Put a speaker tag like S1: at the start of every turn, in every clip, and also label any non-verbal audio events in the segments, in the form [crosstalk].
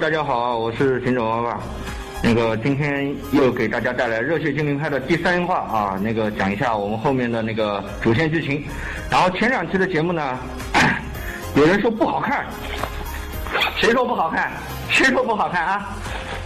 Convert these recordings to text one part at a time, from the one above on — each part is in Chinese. S1: 大家好，我是秦总爸爸。那个今天又给大家带来《热血精灵派》的第三话啊，那个讲一下我们后面的那个主线剧情。然后前两期的节目呢， [coughs] 有人说不好看，谁说不好看？谁说不好看啊？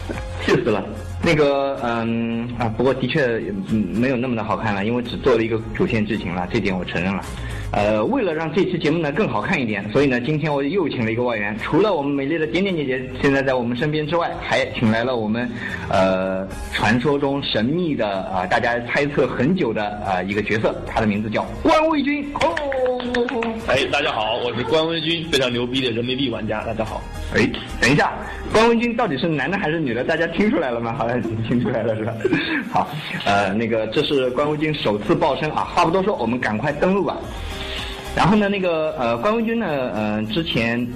S1: [laughs] 气死了。那个嗯啊，不过的确嗯没有那么的好看了，因为只做了一个主线剧情了，这点我承认了。呃，为了让这期节目呢更好看一点，所以呢，今天我又请了一个外援，除了我们美丽的点点姐姐现在在我们身边之外，还请来了我们呃传说中神秘的啊、大家猜测很久的啊、一个角色，他的名字叫关卫军哦。
S2: 哎，大家好，我是关文军，非常牛逼的人民币玩家。大家好，
S1: 哎，等一下，关文军到底是男的还是女的？大家听出来了吗？好像已经听出来了是吧？ [laughs] 好，呃，那个这是关文军首次爆声啊，话不多说，我们赶快登录吧。然后呢，那个呃，关文军呢，呃，之前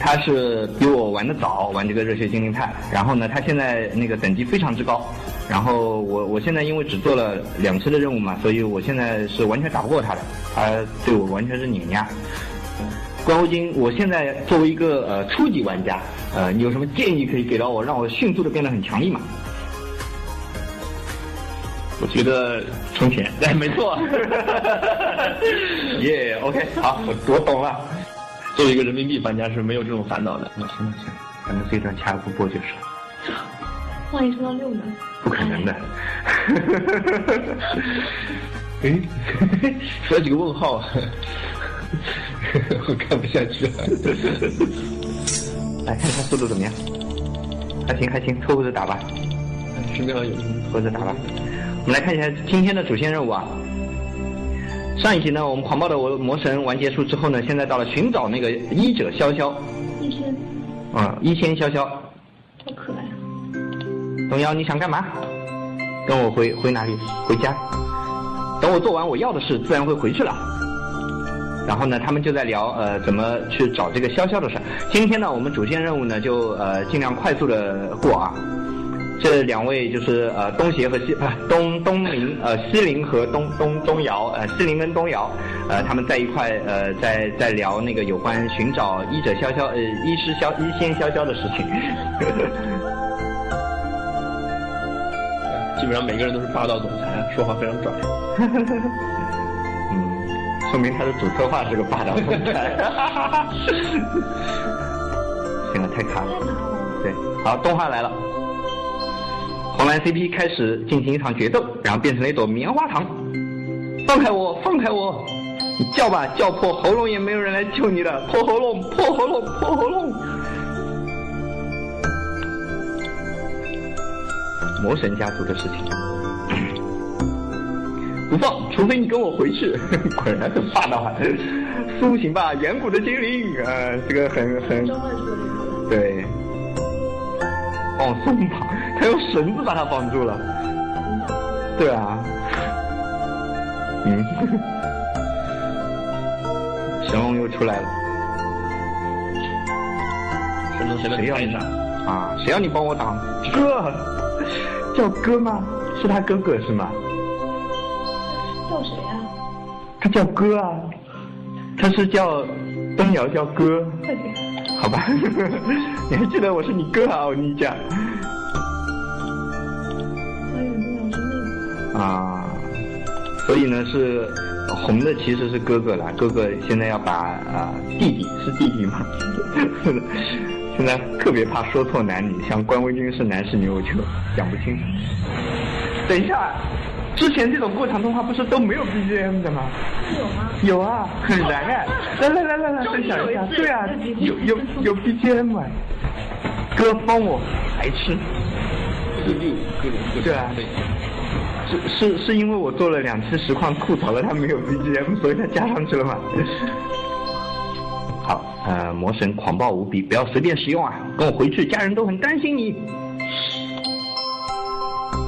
S1: 他是比我玩的早，玩这个热血精灵派。然后呢，他现在那个等级非常之高。然后我我现在因为只做了两次的任务嘛，所以我现在是完全打不过他的，他对我完全是碾压。关乎金，我现在作为一个呃初级玩家，呃，你有什么建议可以给到我，让我迅速的变得很强力嘛？
S2: 我觉得
S1: [laughs]
S2: 充钱，哎，没 [laughs] 错。
S1: 耶、o k 好，我我懂了。
S2: 作为一个人民币玩家是没有这种烦恼的。
S1: 我听了听，咱们这段掐不播就是，
S3: 万一抽到六呢？
S1: 不可能
S2: [laughs]
S1: 的。
S2: 哎，说几个问号， [laughs] 啊，我看不下去了。
S1: [laughs] 来看一下速度怎么样？还行还行，凑合着打吧，
S2: 身边好像有人
S1: 凑合着打吧。我们来看一下今天的主线任务啊。上一集呢，我们狂暴的我魔神玩结束之后呢，现在到了寻找那个医者潇潇，
S3: 医生，
S1: 啊、医仙潇潇。
S3: 好可爱啊！
S1: 龙妖，你想干嘛？跟我回回哪里？回家。等我做完我要的事，自然会回去了。然后呢，他们就在聊呃怎么去找这个潇潇的事儿。今天呢，我们主线任务呢就呃尽量快速的过啊。这两位就是呃东邪和西啊东东林呃西林和东东东瑶呃西林跟东瑶呃他们在一块呃在在聊那个有关寻找医者潇潇呃医师潇医仙潇潇的事情。
S2: 基本上每个人都是霸道总裁，说话非常拽。
S1: 嗯，说明他的主策划是个霸道总裁。 [laughs] 行了，太卡
S3: 太
S1: 了。
S3: 难了。
S1: 对，好，动画来了。红蓝 CP 开始进行一场决斗，然后变成了一朵棉花糖。放开我，放开我！你叫吧，叫破喉咙也没有人来救你的，破喉咙，破喉咙，破喉咙！魔神家族的事情，不放，除非你跟我回去。 [laughs] 果然很霸道啊！苏醒吧，远古的精灵，呃，这个很很
S3: 召唤出了这
S1: 对，放松吧，他用绳子把他绑住了。对啊，嗯， [laughs] 神龙又出来了
S2: 谁能谁能
S1: 谁要
S2: 开
S1: 你
S2: 啥？
S1: 啊！谁要你帮我挡？哥，叫哥吗？是他哥哥是吗？
S3: 个叫谁啊？
S1: 他叫哥啊，他是叫东瑶叫哥，
S3: 快点！
S1: 好吧？ [laughs] 你还记得我是你哥啊，欧尼酱
S3: 我有那种生
S1: 啊，所以呢是红的其实是哥哥啦，哥哥现在要把啊、弟弟是弟弟吗？现在特别怕说错男女，像关微君是男是女，我就讲不清。等一下，之前这种过场动画不是都没有 BGM 的吗？
S3: 命，有吗？
S1: 有啊，很燃哎、来来来来来，分享一下，对啊，有有有 BGM 哎、哥封我，白痴。
S2: 各种各种各种
S1: 对啊
S2: 对
S1: 是是是因为我做了两期实况吐槽了它没有 BGM，所以它加上去了嘛。好，呃，魔神狂暴无比，不要随便使用啊！跟我回去，家人都很担心你。 [laughs]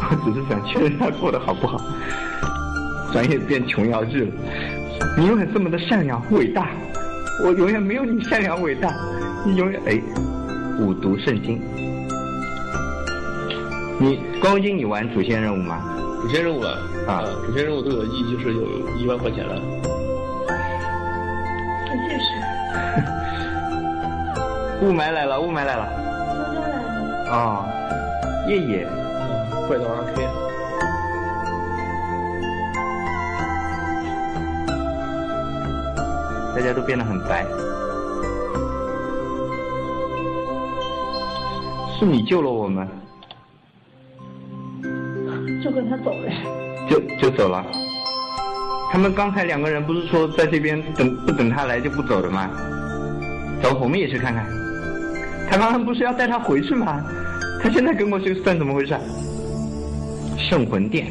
S1: 我只是想确认他过得好不好。转眼变琼瑶剧了，你永远这么的善良伟大，我永远没有你善良伟大，你永远哎，五读圣经。你关文金，你玩主线任务吗？
S2: 主线任务了
S1: 啊
S2: 呃主线任务对我的意义就是有一万块钱了。
S3: 很现实。
S1: 雾霾来了，雾霾来了，
S3: 那
S1: 啊，夜野，
S2: 怪盗阿
S1: 啊
S2: K。
S1: 大家都变得很白。是你救了我们，
S3: 就跟他走呗。
S1: 就就走了。他们刚才两个人不是说在这边等不等他来就不走的吗？走，我们也去看看。他刚刚不是要带他回去吗？他现在跟过去算怎么回事啊？圣魂殿。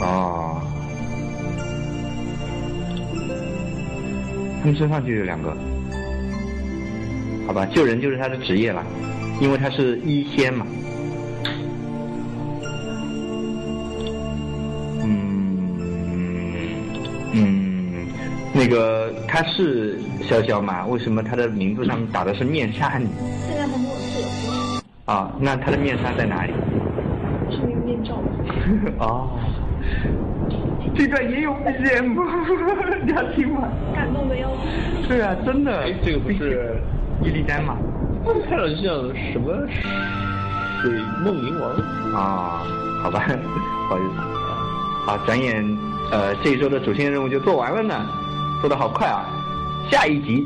S1: 哦。他们身上就有两个。好吧，救人就是他的职业了，因为他是医仙嘛。嗯嗯，那个他是潇潇嘛？为什么他的名字上面打的是面纱呢？
S3: 现在还没有去，
S1: 啊，那他的面纱在哪里？
S3: 是没有面罩的。
S1: 哦，这段也有危险吗？ [laughs] 你要听吗？
S3: 感动的要死。
S1: 对啊，真的
S2: 哎，这个不是
S1: 伊利丹嘛？
S2: 看上去像什么水梦冥王？
S1: 啊、好吧， [laughs] 不好意思。啊，转眼呃这一周的主线任务就做完了呢，做的好快啊！下一集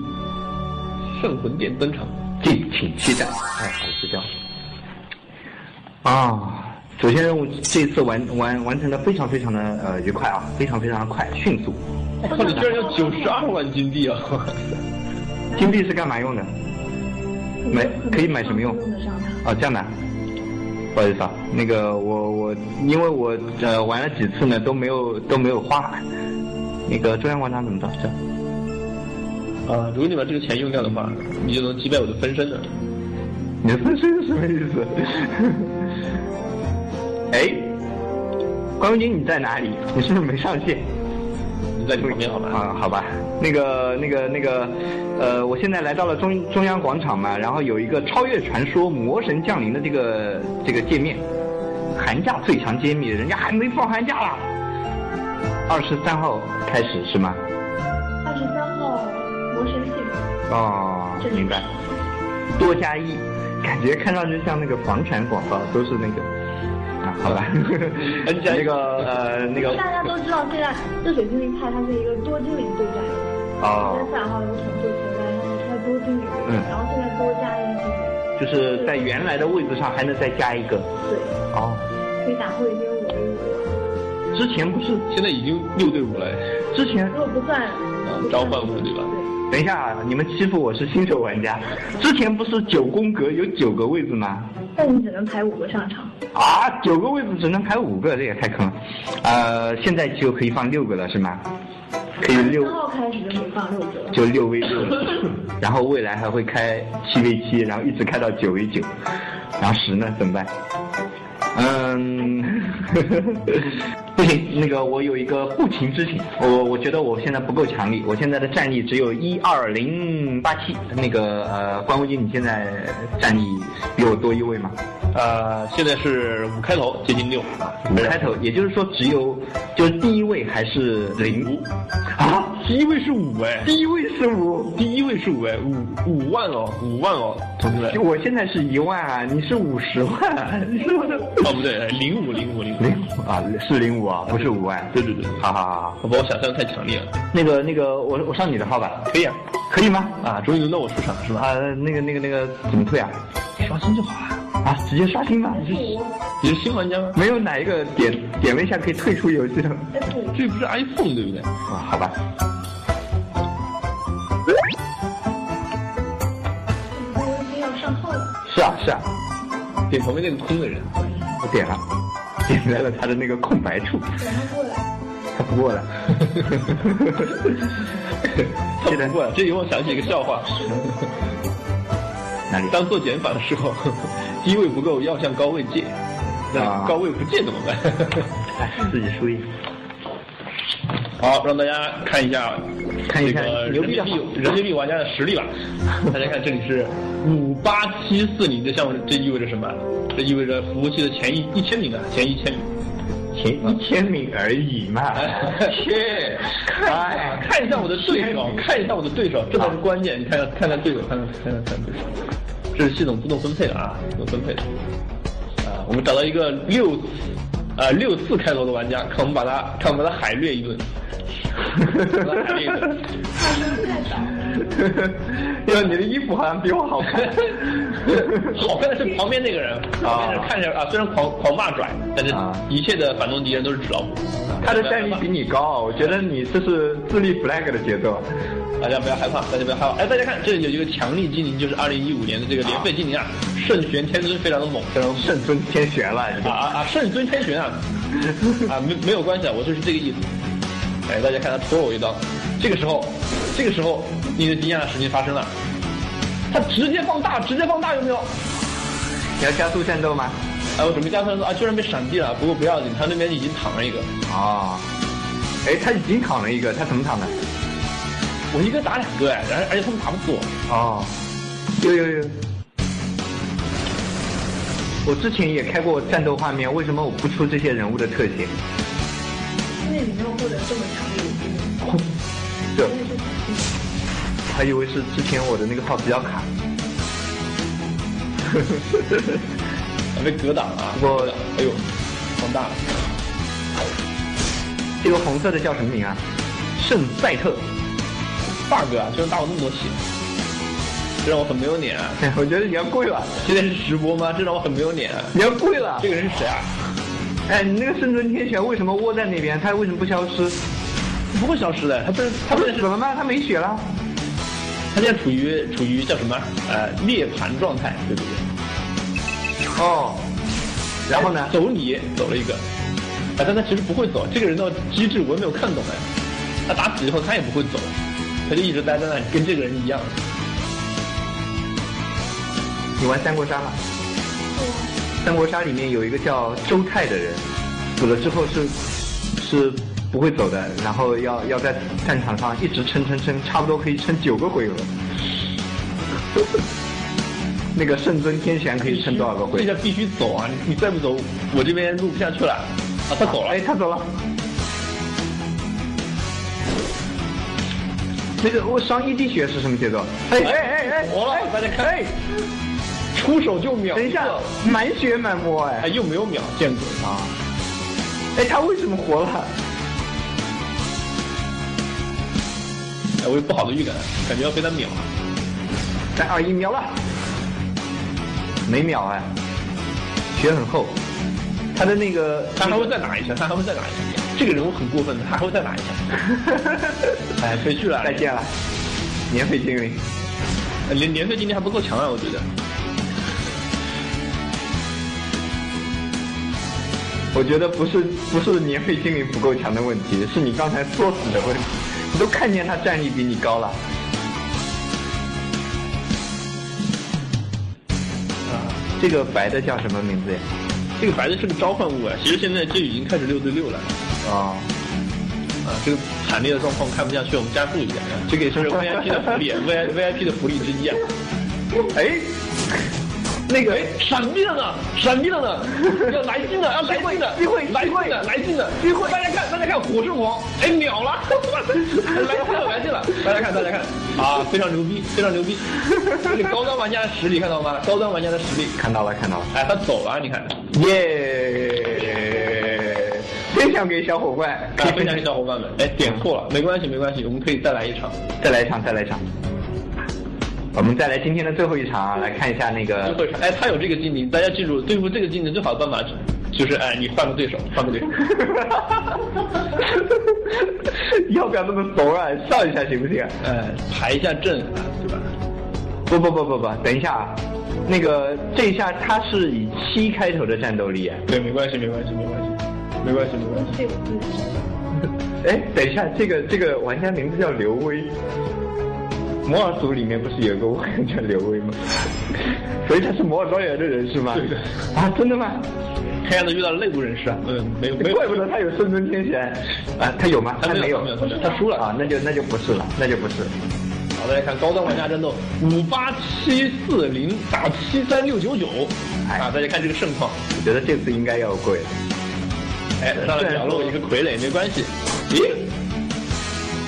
S2: 圣魂殿登场。
S1: 敬请期待。哎，好吃掉。啊，主线任务这次完完完成的非常非常的呃愉快啊，非常非常的快，迅速。
S2: 我靠，你居然要九十二万金币啊！ [laughs]
S1: 金币是干嘛用的？买可以买什么用
S3: 用得上它。
S1: 哦，这样的啊。不好意思啊，那个我我因为我呃玩了几次呢都没有都没有花，那个中央广场怎么着？这样
S2: 啊，如果你把这个钱用掉的话，你就能击败我的分身了。
S1: 你的分身是什么意思？哎，关文军你在哪里？你是不是没上线？
S2: 你在你旁边好吧？
S1: 啊，好吧，那个那个那个，呃，我现在来到了中中央广场嘛，然后有一个超越传说魔神降临的这个这个界面，寒假最强揭秘，人家还没放寒假啦，二十三号开始是吗？
S3: 二十三号魔神祭，
S1: 哦
S3: 这，里
S1: 明白。多加一，感觉看上去像那个房产广告，都是那个啊，好吧。
S2: 嗯 N 加一
S1: [laughs] 那个呃那个
S3: 大家都知道现在热水精灵派它是一个多精灵对战，
S1: 哦
S3: 三，三号有统治存在，但是它多精灵，
S1: 嗯
S3: 然后现在多加一个精灵，
S1: 就是在原来的位置上还能再加一个
S3: 对，
S1: 哦。
S3: 可以打破已经五对五了，
S1: 之前不是
S2: 现在已经六对五了，
S1: 之前
S3: 如果不算不算
S2: 召唤物对吧
S3: 对，
S1: 等一下啊，你们欺负我是新手玩家。之前不是九宫格有九个位置吗？
S3: 但你只能排五个上场，
S1: 啊，九个位置只能排五个，这也太坑了。呃，现在就可以放六个了是吗？可以六
S3: 三号开始就可以放六个了，
S1: 就六 v 六， [laughs] 然后未来还会开七 v 七，然后一直开到九 v 九，然后十呢怎么办？嗯， [laughs] 不行，那个我有一个不情之请，我我觉得我现在不够强力，我现在的战力只有一二零八七。那个呃，关无金，你现在战力比我多一位吗？
S2: 呃，现在是五开头，接近六啊，
S1: 五开头，也就是说只有就是第一位还是零啊？
S2: 第一位是五哎，
S1: 第一位是五，
S2: 第一位是五哎，五五万哦，五万哦，同志们。
S1: [laughs] 我现在是一万啊，你是五十万 [laughs] 啊，你是我的
S2: 哦，不对，零五零五零五，
S1: 零五啊，是零五啊，不是五万。
S2: 对对对，
S1: 好好好好，
S2: 我把我想象太强烈了。
S1: 那个那个，我我上你的号吧，
S2: 可以啊，
S1: 可以吗？
S2: 啊，终于轮到我出场了是吧？
S1: 啊，那个那个那个，怎么退啊？
S2: 刷新就好了。
S1: 啊，直接刷新吧。
S3: F 五
S2: 你是新玩家吗？
S1: 没有哪一个点点了一下可以退出游戏的。 [laughs]
S3: F 五，
S2: 这不是 iPhone 对不对？
S1: 啊，好吧。
S3: 我已经要上号了，
S1: 是啊是啊，
S2: 点旁边那个空的人。
S1: 我点了，点在了他的那个空白处，
S3: 然后过来，
S1: 他不
S2: [laughs]
S1: 过了。
S2: 他不过来，这让我想起一个笑话。
S1: 哪里？
S2: 当做减法的时候， [laughs] 低位不够要向高位借，那
S1: 啊
S2: 高位不借怎么办？
S1: 哎自己输赢。
S2: 好，让大家看一下，
S1: 看一下
S2: 这个
S1: 牛
S2: 人
S1: 逼
S2: 民
S1: 的
S2: 币人民币玩家的实
S1: [laughs]
S2: 力吧。大家看，这里是五八七四零，这项目这意味着什么？这意味着服务器的前一一千名啊，前一千名。
S1: 前一千名而已
S2: [laughs]
S1: 嘛，
S2: 切，看
S1: 哎
S2: [laughs] 看一下我的对手，看一下我的对手，这才是关键。你看看看看对手，看看看看看对手。这是系统自动分配的啊，自动分配的。啊，我们找到一个六，啊六四开头的玩家，看我们把他，看我们把他海略一
S1: [laughs]
S2: 顿。把他海略一顿。
S3: 话说太少了。
S1: 因为你的衣服好像比我好看。
S2: 好看的是旁边那个人，旁边那人看着啊，虽然狂狂骂拽，但是
S1: 啊
S2: 一切的反动敌人都是纸老虎。
S1: 他的战力比你高，我觉得你这是自立 flag 的节奏。
S2: 大家不要害怕，大家不要害怕。哎，大家看，这里有一个强力精灵，就是二零一五年的这个联袂精灵啊，圣玄天尊非常的猛，非常的猛
S1: 圣尊天玄了，已
S2: 啊
S1: 经
S2: 啊啊！圣尊天玄啊，啊没没有关系啊，我就是这个意思。哎，大家看他戳我一刀，这个时候，这个时候你的惊讶的事情发生了，他直接放大，直接放大有没有？
S1: 你要加速战斗吗？
S2: 哎，我准备加分说啊，居然被闪避了，不过不要紧，他那边已经躺了一个，
S1: 哦，哎，他已经躺了一个，他怎么躺的？
S2: 我一个打两个哎，然后而且他们打不死我，
S1: 哦，有有有。我之前也开过战斗画面，为什么我不出这些人物的特写？ [laughs]
S3: 因为你没有获得这么强烈的经历，
S1: 这
S3: 真的是
S1: 还以为是之前我的那个号比较卡。 [laughs]
S2: 啊被格挡了啊，
S1: 我
S2: 格挡哎呦，放大了，
S1: 这个红色的叫什么名啊？圣赛特。
S2: 大哥啊，居然打我那么多血，这让我很没有脸啊。
S1: 哎，我觉得你要跪了，
S2: 现在是直播吗？这让我很没有脸啊。
S1: 你要跪了
S2: 这。个人是谁啊？
S1: 哎，你那个圣尊天玄为什么窝在那边？他为什么不消失？
S2: 不会消失的，他不是
S1: 他
S2: 他不
S1: 不
S2: 是
S1: 是怎么办？他没血了。
S2: 他现在处于处于叫什么呃涅槃状态，对不对？
S1: 哦，然后呢？
S2: 走你走了一个，啊，但他其实不会走。这个人的机制我也没有看懂哎，他打死以后他也不会走，他就一直待在那里，跟这个人一样。
S1: 你玩三国杀吗？三国杀里面有一个叫周泰的人，死了之后是是不会走的，然后要要在战场上一直撑撑撑，差不多可以撑九个回合。 [laughs] 那个圣尊天玄可以撑多少个回
S2: 这
S1: 合？
S2: 下必须走啊！你你再不走，我这边录不下去了。啊，他走了。
S1: 哎，
S2: 哎，
S1: 他走了。那个我伤一滴血是什么节奏？哎哎哎哎！
S2: 活了！大家看，哎，出手就秒。
S1: 等一下，满血满摸
S2: 哎，
S1: 哎
S2: 又没有秒，见鬼！
S1: 啊！哎，他为什么活了？
S2: 哎，我有不好的预感，感觉要被他秒。
S1: 三啊二一，秒了！没秒哎，血很厚。他的那个，
S2: 他还会再打一枪，他还会再打一枪。这个人物很过分，他还会再打一枪。 [laughs] 哎，回去了，
S1: 再见了，年费精灵。
S2: 哎。连连队今天还不够强啊，我觉得。
S1: 我觉得不是不是年费精灵不够强的问题，是你刚才作死的问题。你都看见他战力比你高了，
S2: 啊，
S1: 这个白的叫什么名字呀？
S2: 这个白的是个召唤物啊，其实现在这已经开始六对六了。
S1: 哦，
S2: 啊，这个惨烈的状况看不下去，我们加速一下，啊这个也是 VIP 的福利，V 啊 VIP 的福利之一啊。
S1: 哎，那个
S2: 哎，闪避了呢，闪避了 [laughs] 呢，啊要来劲了，要来劲了，
S1: 机会
S2: 来劲了，来劲了，机会！大家看，大家看，火之王，哎，秒 [laughs] 了，来劲了，来劲了！大家看，大家看，啊，非常牛逼，非常牛逼！这个高端玩家的实力看到吗？高端玩家的实力，
S1: 看到了看到了，
S2: 哎，他走了，你看，
S1: 耶！分享给小伙伴，
S2: 大家啊分享给小伙伴们，哎，点错了，没关系，没关系，我们可以再来一场。
S1: 再来一场，再来一场。我们再来今天的最后一场啊，来看一下那
S2: 就
S1: 个。
S2: 会哎，他有这个技能，大家记住，对付这个技能最好的办法是就是哎，你换个对手，换个对 [laughs] 手。
S1: [laughs] 要不要那么怂啊？笑一下行不行？
S2: 哎，排一下阵，对吧？
S1: 不不不不不，等一下啊，那个这一下他是以七开头的战斗力啊。
S2: 对，没关系，没关系，没关系，没关系，没关系。
S3: 这个自己。
S1: 哎，等一下，这个这个玩家名字叫刘威，摩尔族里面不是有个玩家叫刘威吗？ [laughs] 所以他是摩尔庄园的人是吗？
S2: 对的
S1: 啊，真的吗？
S2: 黑暗的遇到内部人士啊，嗯，没有没有，
S1: 怪不得他有圣尊天玄啊，他有吗？
S2: 他没
S1: 没
S2: 有他没有他输了
S1: 啊，那就那就不是了，那就不是。
S2: 好，大家看高端玩家战斗五八七四零打七三六九九，
S1: 哎
S2: 啊，大家看这个盛况，
S1: 我觉得这次应该要跪了。
S2: 哎，上来角落一个傀儡没关系，咦，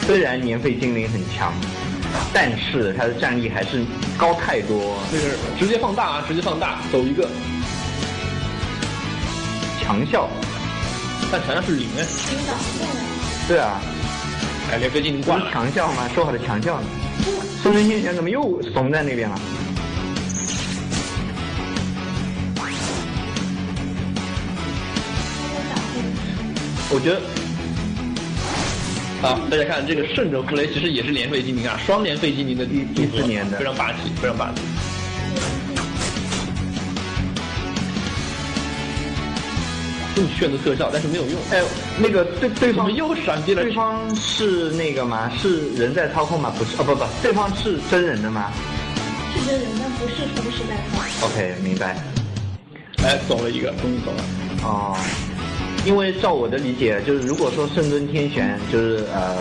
S1: 虽然年费精灵很强，但是他的战力还是高太多，
S2: 这个直接放大啊，直接放大，走一个，
S1: 强效。
S2: 但强项是零哎，
S3: 领导对
S1: 对啊，
S2: 哎，连飞机灵
S1: 不
S2: 挂
S1: 是
S2: 了。
S1: 强效吗？说好的强效呢？
S3: 了，
S1: 孙真先生怎么又怂在那边了？
S3: 这个打分
S2: 我觉得，啊，大家看这个顺者弗雷其实也是连费基宁啊，双连费基宁的第第
S1: 14年的
S2: 非常霸气，非常霸气。这么炫的特效，但是没有用。
S1: 哎，那个对对
S2: 怎么
S1: 方
S2: 又闪避了？
S1: 对方是那个吗？是人在操控吗？不是，哦不不，对方是真人的吗
S3: 是真人，但不是同时代操。
S1: ？OK，明白。
S2: 哎，走了一个，终于走了。
S1: 哦，因为照我的理解，就是如果说圣尊天玄就是呃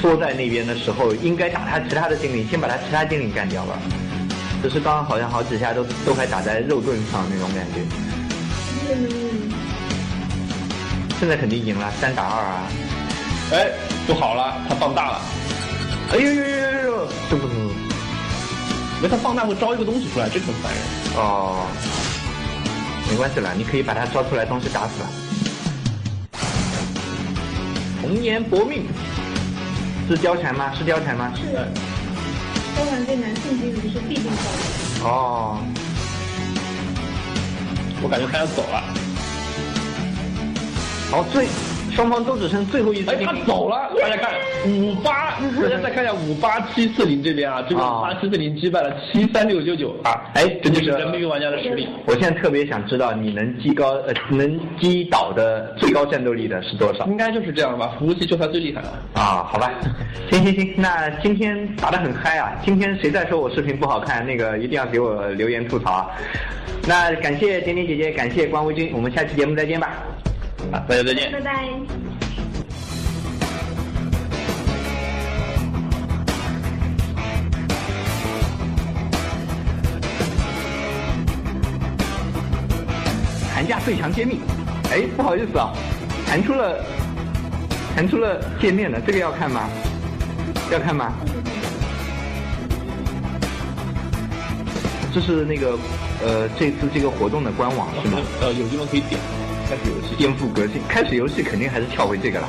S1: 缩在那边的时候，应该打他其他的精灵，先把他其他精灵干掉吧。就是刚刚好像好几下都都还打在肉盾上那种感觉，
S3: 嗯，
S1: 现在肯定赢了，三打二啊！
S2: 哎，不好了，它放大了。
S1: 哎呦呦呦呦呦，对不对？
S2: 因为它放大会招一个东西出来，这个很烦人。
S1: 哦，没关系了，你可以把他招出来当时打死了。红颜薄命，是貂蝉吗？是貂蝉吗？
S3: 是
S2: 哎
S3: 的。当然，对男性精灵是必定的。
S1: 哦，
S2: 我感觉它要走了。
S1: 好，哦最双方都只剩最后一只
S2: 哎，
S1: 精
S2: 他
S1: 灵。
S2: 走了，大家看五八，大家再看一下五八七四零这边啊，这个五八
S1: 啊
S2: 七四零击败了七三六九九啊，
S1: 哎
S2: 这就是
S1: 那个
S2: MU 玩家的实力。
S1: 我现在特别想知道你能击高呃能击倒的最高战斗力的是多少
S2: 应该就是这样吧，服务器就他最厉害了。
S1: 啊？好吧，行行行，那今天打得很嗨啊！今天谁再说我视频不好看，那个一定要给我留言吐槽啊！那感谢点点姐姐，感谢关微君，我们下期节目再见吧。
S2: 啊，大家再见
S3: 拜。拜。
S1: 寒假最强揭秘，哎，不好意思啊，弹出了弹出了界面了，这个要看吗？要看吗？这是那个呃，这次这个活动的官网是吗？
S2: 呃，有地方可以点，开始游戏。
S1: 颠覆革新，开始游戏肯定还是跳回这个了。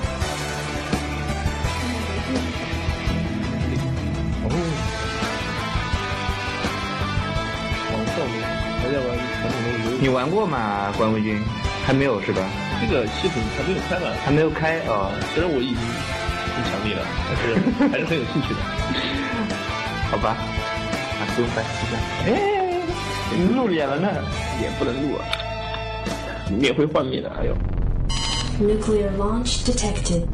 S2: 往后面，大家玩传统的游戏。
S1: 你玩过吗，关卫军？还没有是吧？
S2: 这个系统还没有开完，
S1: 还没有开哦。
S2: 虽然我已经很强力了，但是还是很有兴趣的。
S1: 好吧，啊，不用翻，不用翻哎，露脸了呢。
S2: 也不能 [laughs] 录啊，你们也会幻灭的，哎呦。
S4: Nuclear launch detected.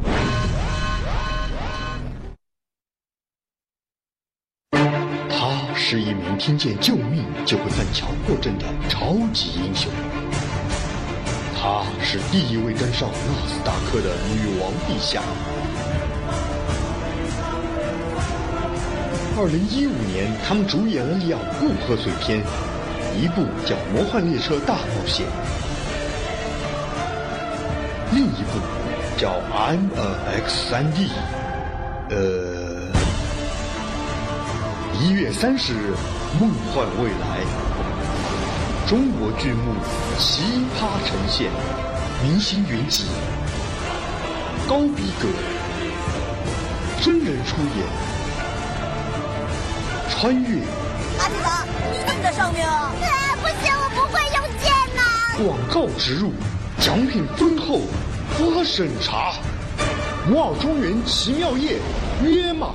S5: 他是一名听见救命就会翻墙过阵的超级英雄。她是第一位登上纳斯达克的女王陛下。二零一五年，他们主演了两部贺岁片，一部叫《魔幻列车大冒险》，另一部叫《I'm a X 三 D》。呃。一月三十日，梦幻未来，中国剧目奇葩呈现，明星云集，高逼格，真人出演，穿越
S6: 阿迪达，你怎么在上面啊？啊，不行，我不会用剑呐、
S5: 广告植入，奖品丰厚，花审查，摩尔庄园奇妙夜，约吗？